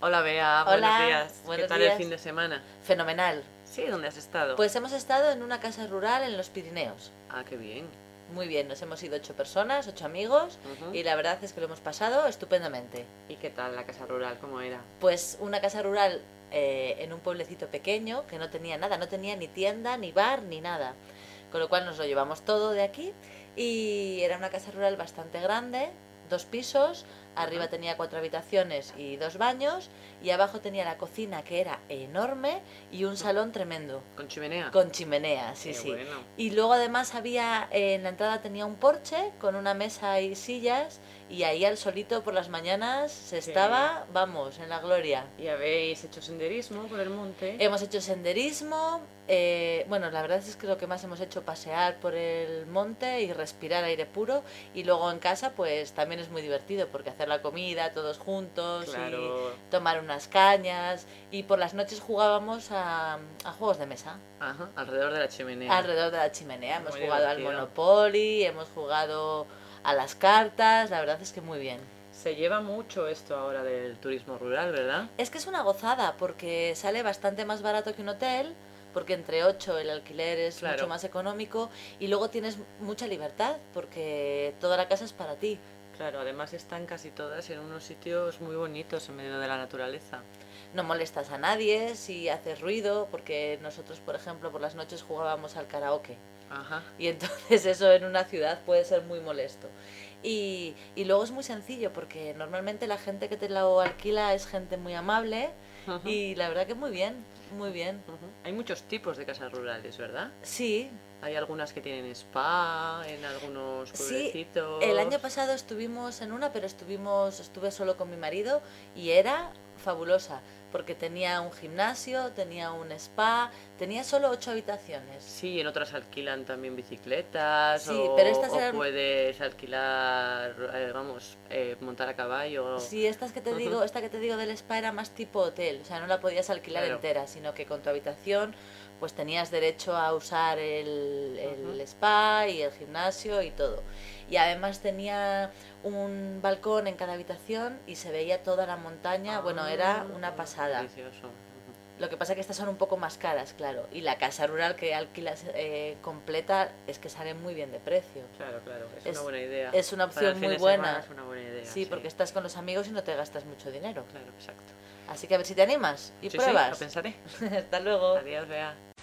Hola Bea, Hola, buenos días. buenos ¿Qué tal días. el fin de semana? Fenomenal. Sí, ¿dónde has estado? Pues hemos estado en una casa rural en los Pirineos. Ah, qué bien. Muy bien, nos hemos ido ocho personas, ocho amigos, Ujú. y la verdad es que lo hemos pasado estupendamente. ¿Y qué tal la casa rural? ¿Cómo era? Pues una casa rural eh, en un pueblecito pequeño que no tenía nada, no tenía ni tienda, ni bar, ni nada. Con lo cual nos lo llevamos todo de aquí y era una casa rural bastante grande, dos pisos, arriba Ajá. tenía cuatro habitaciones y dos baños y abajo tenía la cocina que era enorme y un salón tremendo, ¿Con chimenea? con chimenea, sí, Ah. Qué sí. bueno. Y luego además había, eh, en la entrada tenía un porche con una mesa y sillas y ahí al solito por las mañanas se Sí. estaba, vamos, en la gloria. ¿Y habéis hecho senderismo por el monte? Hemos hecho senderismo, eh, bueno, la verdad es que lo que más hemos hecho pasear por el monte y respirar aire puro y luego en casa pues también es muy divertido porque hacer la comida todos juntos claro. y tomar unas cañas y por las noches jugábamos a, a juegos de mesa. Ajá, alrededor de la chimenea. alrededor de la chimenea. Hemos Muy jugado al divertido. Monopoly, hemos jugado a las cartas, la verdad es que muy bien. Se lleva mucho esto ahora del turismo rural, ¿verdad? Es que es una gozada porque sale bastante más barato que un hotel, porque entre 8 el alquiler es Claro. mucho más económico y luego tienes mucha libertad porque toda la casa es para ti. Claro, además están casi todas en unos sitios muy bonitos en medio de la naturaleza. No molestas a nadie si haces ruido, porque nosotros, por ejemplo, por las noches jugábamos al karaoke. Ajá. Y entonces eso en una ciudad puede ser muy molesto. Y, y luego es muy sencillo porque normalmente la gente que te lo alquila es gente muy amable Ujú. y la verdad que muy bien, muy bien. Ujú. Hay muchos tipos de casas rurales, ¿verdad? Sí, Hay algunas que tienen spa, en algunos Sí, pueblecitos. el año pasado estuvimos en una, pero estuvimos, estuve solo con mi marido y era fabulosa porque tenía un gimnasio, tenía un spa, tenía solo ocho habitaciones. Sí, en otras alquilan también bicicletas. Sí, o, pero estas o eran- puedes alquilar, eh, vamos, eh, montar a caballo. Sí, estas que te Ujú. digo, esta que te digo del spa era más tipo hotel, o sea, no la podías alquilar Claro. entera, sino que con tu habitación pues tenías derecho a usar el, el Ujú. spa y el gimnasio y todo. Y además tenía un balcón en cada habitación y se veía toda la montaña, bueno, era una Ah, pasada. Delicioso. Ujú. Lo que pasa que estas son un poco más caras, claro, y la casa rural que alquilas eh, completa es que sale muy bien de precio. Claro, claro, es, Es- una buena idea. es una Para el opción fin muy de semana buena. Es una buena idea. Sí, porque estás con los amigos y no te gastas mucho dinero. Claro, exacto. Así que a ver si te animas y Sí, sí, lo pruebas. pensaré. Hasta luego. Adiós, Bea.